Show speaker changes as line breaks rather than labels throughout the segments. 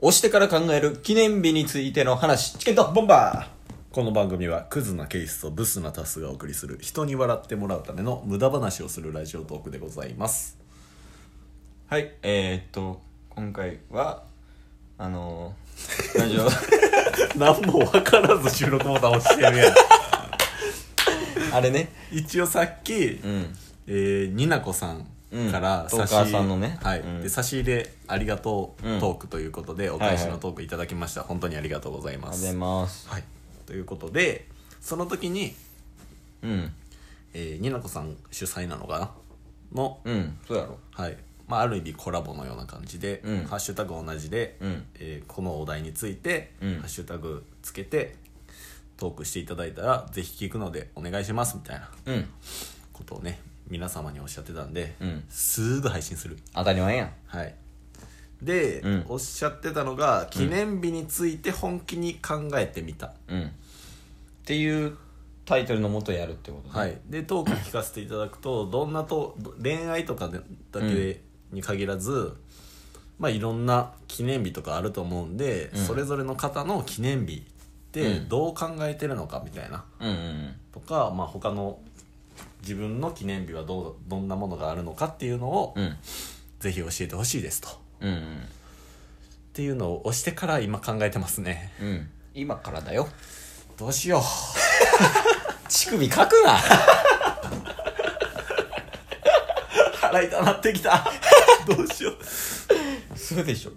押してから考える記念日についての話。チケット
ボンバーこの番組はクズなケイスとブスなタスがお送りする人に笑ってもらうための無駄話をするラジオトークでございます
はい、えー、っと、今回は、あのー、ラジオ、
何も分からず収録ボタン押してる やん
あれね、
一応さっき、
うん、
えー、になこさんから
うんトーカーさんのね
はい
うん
で差し入れありがとう
うん
トークということで、お返しのトークいただきました、本当にありがとうござい
ありがとうご
ます
ざいます。
はい、ということでその時に、
うん、
えー、になこさん主催なのかなの
うん、そうやろ。
はいまあ、ある意味コラボのような感じで「
うん
ハッシュタグ同じで」
うん
えーこのお題について、
うん
ハッシュタグつけてトークしていただいたらぜひ聞くのでお願いしますみたいな
うん、
ことをね皆様におっしゃってたんで、
うん
すぐ配信する
当たり前やん。
はいで、
うん
おっしゃってたのが記念日について本気に考えてみた、
うん。っていうタイトルのもとやるってことね
は。い、でトーク聞かせていただくとどんなと恋愛とかでだけに限らず、まあいろんな記念日とかあると思うんで、
うん
それぞれの方の記念日って
うん
どう考えてるのかみたいな
うんうん
とか、まあ、他の自分の記念日はどうどんなものがあるのかっていうのを、
うん。うん。
ぜひ教えてほしいですとっ
うんうん。
ていうのを押してから今考えてますね
うん、今からだよ
どうしよう
乳首かくな
腹痛なってき たどうしよう
そうでしょ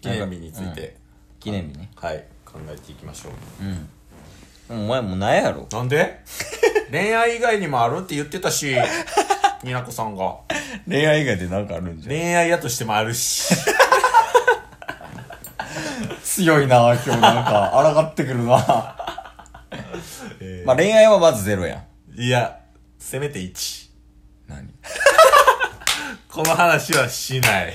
記念日について、
記念日ね
はい考えていきましょう
うんでもお前もうないやろ
なんで恋愛以外にもあるって言ってた し、になこさんが。
恋愛以外でなんかあるんじゃん
恋愛やとしてもあるし。
強いな今日なん か抗ってくるなまあ恋愛はまずゼロやん
いや、せめて1。
何
この話はしない。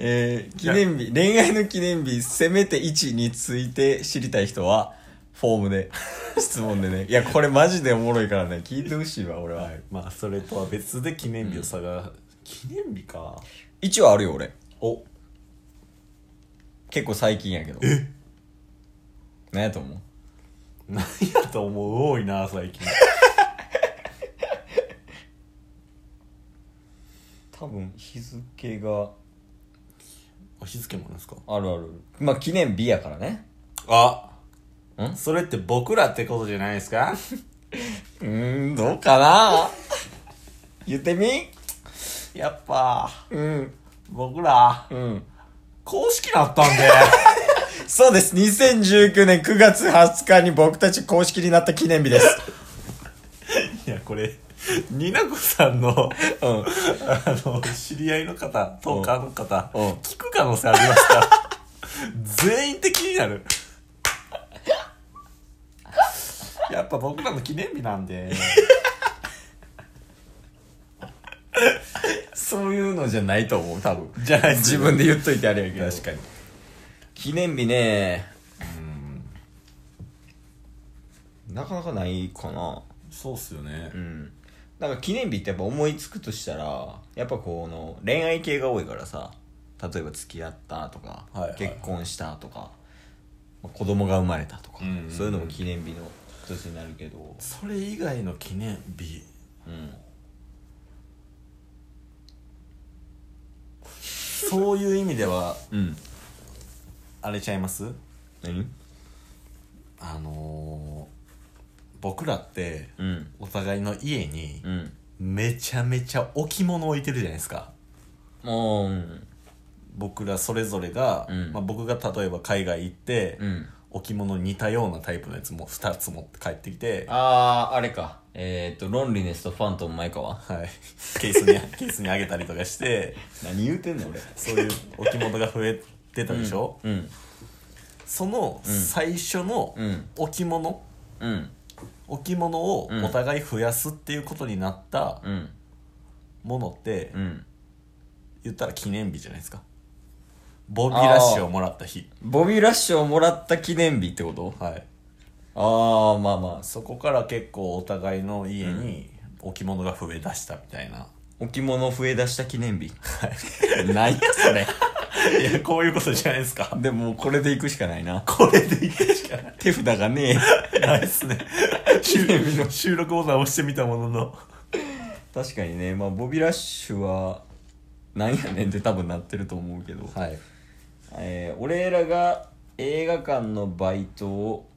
えー、記念日恋愛の記念日せめて1について知りたい人はフォームで質問 でねいやこれマジでおもろいからね聞いてほしいわ俺は
まあ、それとは別で記念日を探、記念日か。
1はあるよ俺
お、
結構最近やけど
え
何やと思う
なんやと思う多いな、最近。
多分日付が
あ日付もあるんですか
あるあるまあ記念日やからね
あ
ん
それって僕らってことじゃないですか
うーんどうかな 言ってみ
やっぱ、
うん
僕ら、
うん
公式だったんで。
そうです2019年9月20日に僕たち公式になった記念日です
いや、これ、になこさん の、
うん
あの、知り合いの方、トーカーの方、
うん
聞く可能性あります から、全員的になる。 やっぱ僕らの記念日なんで、
そういうのじゃないと思う多分
じゃあ
自分で言っといてあれやけど
確かに。
記念日ねうんなかなかないかな
そうっすよね
う。んなんか記念日ってやっぱ思いつくとしたらやっぱこの恋愛系が多いからさ例えば付き合ったとか、
はいはいはい
結婚したとか、まあ子供が生まれたとか、
うんうんうん
そういうのも記念日の一つになるけど
それ以外の記念日、
うん
そういう意味では、
うん
あれちゃいます
何
あのー、僕らって、
うん
お互いの家に、
うん
めちゃめちゃ置物置いてるじゃないですか。
もううん
僕らそれぞれが、
うん
まあ、僕が例えば海外行って、
うん
置物に似たようなタイプのやつも2つ持って帰ってきて、は
あああれかえー、っと「ロンリネスとファントム前川
い、ケー スにケースにあげたりとかして」
何言うてんの俺
そういう置物が増えてたでしょ、
うん
その最初の
うん
置物
うん
置物を
うん
お互い増やすっていうことになった
うん
ものって、
うん
言ったら記念日じゃないですかボビーラッシュをもらった日
ボビー・ラッシュをもらった記念日ってこと
はい
ああまあまあ
そこから結構お互いの家に置物が増えだしたみたいな
置物増え出した記 念日。ないか、それ。
いや、こういうことじゃないですか。
でも、これで行くしかないな。
これでいくしかない。
手札がねえ。
ないですね。収収録ボタン押してみたものの。
確かにね、まあ、ボビーラッシュは、なんやねんって多分なってると思うけど。
はい。
えー俺らが映画館のバイトを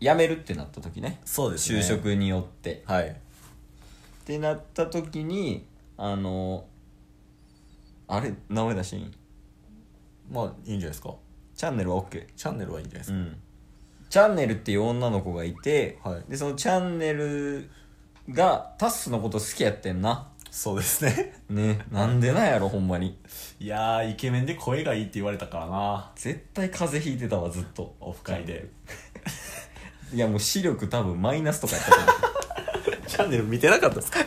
辞めるってなった時ね。
そうですね。
就。職によって。
はい。
ってなった時にあのあれ名前出していい
まあ、いいんじゃないですか。
チャンネルは OK
チャンネルはいいんじゃないです
う
か。
んチャンネルっていう女の子がいて、
はい
でそのチャンネルがタッスのこと好きやってんな
そうですね。
ねなんでなんやろほんまに
いやー、イケメンで声がいいって言われたからな。
絶対風邪ひいてたわずっと
オフ会で。
いやもう視力多分マイナスとかやったと思う
チャンネル見てなかったですか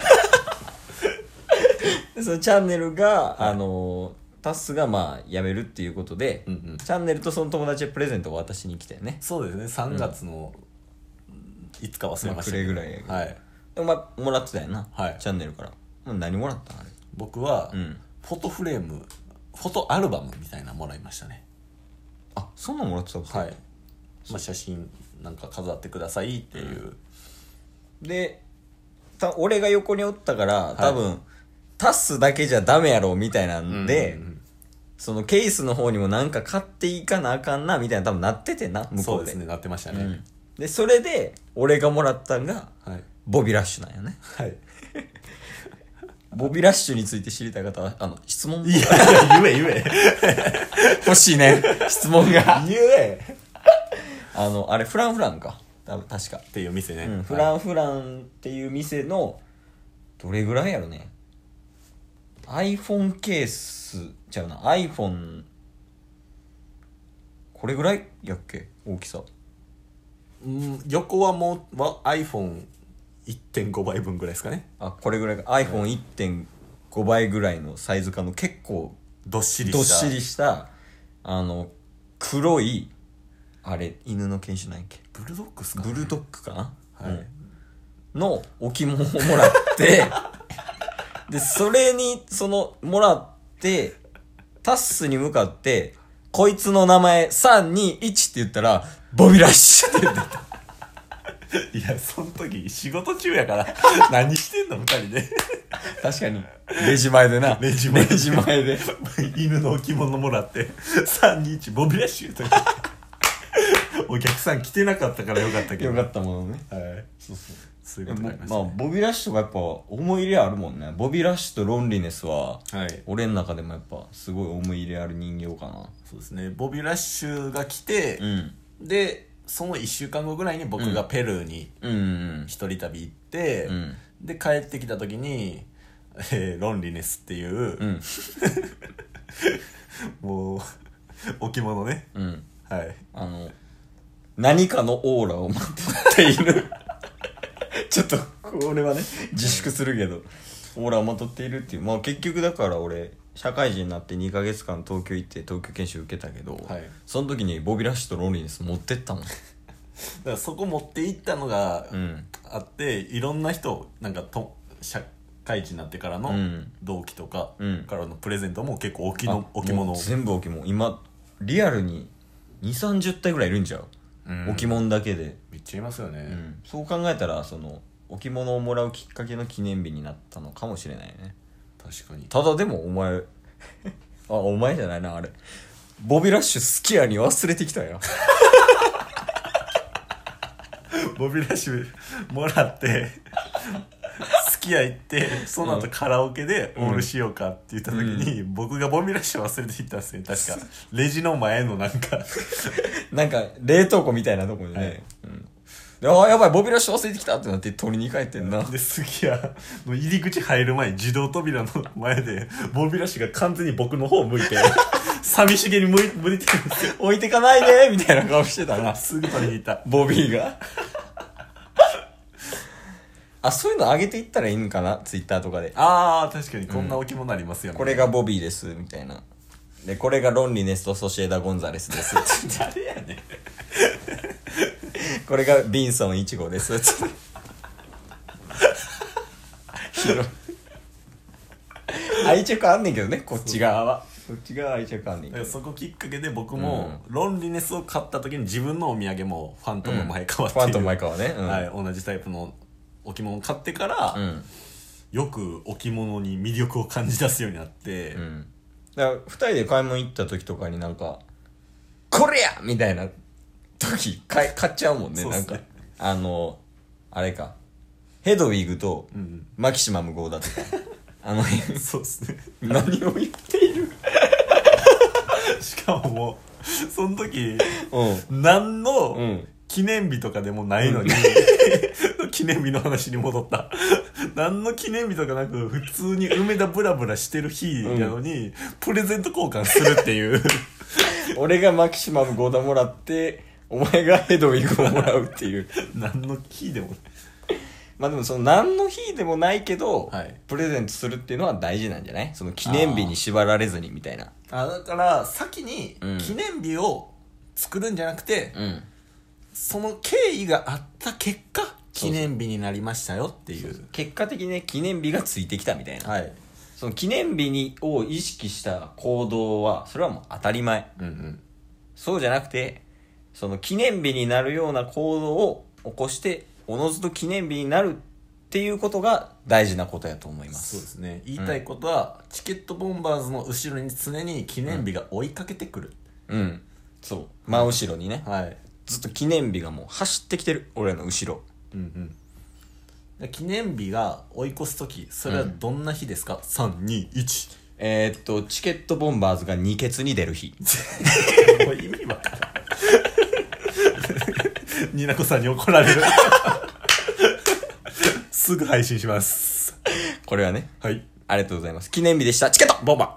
でそのチャンネルが、あのタッスがまあ辞めるっていうことで、
うんうん
チャンネルとその友達でプレゼントを渡しに来たよね
そうですね。3月の、いつか忘れましたけ
まあ暮れぐ
ど。
らいやけど
はい。
お前もらってたよな、
はい
チャンネルからもう何もらったんあれ
僕は、
うん
フォトフレーム、フォトアルバムみたいなのもらいましたね。
あそんなんもらってたっけ
はい。まあ、写真なんか飾ってくださいっていう。
でた俺が横におったから多分、タッスだけじゃダメやろみたいなんで、
うんうんうん
そのケースの方にもなんか買っていかなあかんなみたいな多分なっててんな向こ
そう
うで
ですね、なってました
う
ね
ん。でそれで俺がもらったんが
はい。
ボビーラッシュなんよね
はい。
ボビーラッシュについて知りたい方はあの質問
いや、言え言え。
欲しいね 質問が
言え
あのあれフランフランか多分確か
っていう店ね。
うん、フ
は
ラ
い
ンフランっていう店のどれぐらいやろね iPhone ケースちゃうな iPhone これぐらいやっけ大きさ
うん横はもうは iPhone1.5 倍分ぐらいですかね。
あこれぐらいか iPhone1.5 倍ぐらいのサイズ感の結構
どっしりした。
どっしりしたあの黒いあれ犬の犬種なんやっけ
ブルドッグっすか
ブルドッグかな、
はい
うんの置物をもらって でそれにそのもらってタッスに向かってこいつの名前321って言ったらボビラッシュって 言ってた
いや、その時仕事中やから、 何してんの二人 で。
確かにレジ前でな
レジ前で
で
犬の置物もらって、321ボビラッシュとか。 お客さん来てなかったからよかったけど。
よかったものね
た。はい。
そうそう
そういう
ぼ
ことに
ま
なりま
あ
した、ね。
ボビラッシュとかやっぱ思い入れあるもんねボビラッシュとロンリネスは
はい。
俺の中でもやっぱすごい思い入れある人形かな
そうですね。ボビラッシュが来て、
うん
で、その1週間後ぐらいに僕がペルーに
うんうん
一人旅行って、
うん
で帰ってきた時に、えーロンリネスっていう、
うん
もう 置物ね
うん
はい
あの、何かのオーラを持っている。 ちょっと、これはね、自粛するけど、オーラをまとっているっていう。まあ結局だから俺、社会人になって2ヶ月間東京行って東京研修受けたけど、
はい
その時にボビラッシュとロンリネス持って ったもん。
だからそこ持って行ったのが
うん。
あって、いろんな人なんかと社会人になってからの
うん
同期とか
うん
からのプレゼントも結構置き
あ
の置物
もう全部置物。今、リアルに2、30体ぐらいいるんちゃう、
うん
置物だけで。
めっちゃいますよね、
うんそう考えたら、その、置物をもらうきっかけの記念日になったのかもしれないね。
確かに
ただでもお前 あお前じゃないなあれボビーラッシュ好きやに忘れてきたよ
ボビラッシュもらって好きや行ってその後カラオケでオールしようかって言った時に、僕がボビラッシュ忘れていったんですね確かレジの前のなん か
なんか冷凍庫みたいなとこにね、
はい
うんであやばいボビーラッシュ忘れてきたってなって取りに帰ってんな
で好きやの入り口入る前に自動扉の前でボビラッシュが完全に僕の方向いて 寂しげに向い向いてるんですよ
置いてかないで みたいな顔してたな
すぐ取りに行った
ボビーが あそういうの上げていったらいいんかなツイッターとかで
あー確かにこんな置物ありますよね、
これがボビーですみたいなでこれがロンリネスとソシエダ・ゴンザレスです
誰やねん
これがビンソン1号です広い愛着あんねんけどねこっち側はこっち側は愛着あんねん
だ
けど
からそこきっかけで僕もロンリネスを買った時に自分のお土産もファントム前川って
フ
いう、
ァンと前川ねうん、
はい、同じタイプの置物を買ってから、
うん
よく置物に魅力を感じ出すようになって、
うんだから2人で買い物行った時とかになんか「これや!」みたいな時買い買っちゃうもんね
そうっ
なん
すね
かあのあれかヘドウィグと
ん
マキシマム号 だとかあの辺
そうですね
何を言っている
しかももうその時
うん
何
う
の
ん
記念日とかでもないのに、 記念日の話に戻った何の記念日とかなく普通に梅田ブラブラしてる日なのに、プレゼント交換するっていう
俺がマキシマムゴーダもらってお前がヘドウィグをもらうっていう
何の日でもない
まあでもその何の日でもないけど、
はい
プレゼントするっていうのは大事なんじゃないその記念日に縛られずにみたいな
あだから先に
うん
記念日を作るんじゃなくて、
うん
その経緯があった結果記念日になりましたよっていう
結果的にね記念日がついてきたみたいな、
はい
その記念日にを意識した行動はそれはもう当たり前
うんうん
そうじゃなくてその記念日になるような行動を起こしておのずと記念日になるっていうことが大事なことやと思いま
そうですすね言いたいことは、チケットボンバーズの後ろに常に記念日が追いかけてくる、
うんそう真後ろにね
はい
ずっと記念日がもう走ってきてる俺らの後ろ
うんうんで記念日が追い越す時それはどんな日ですか、321
えー、っとチケットボンバーズが二欠に出る日
もう意味わからん ニナコさんに怒られ るすぐ配信します
これはね
はい
ありがとうございます記念日でしたチケットボンバー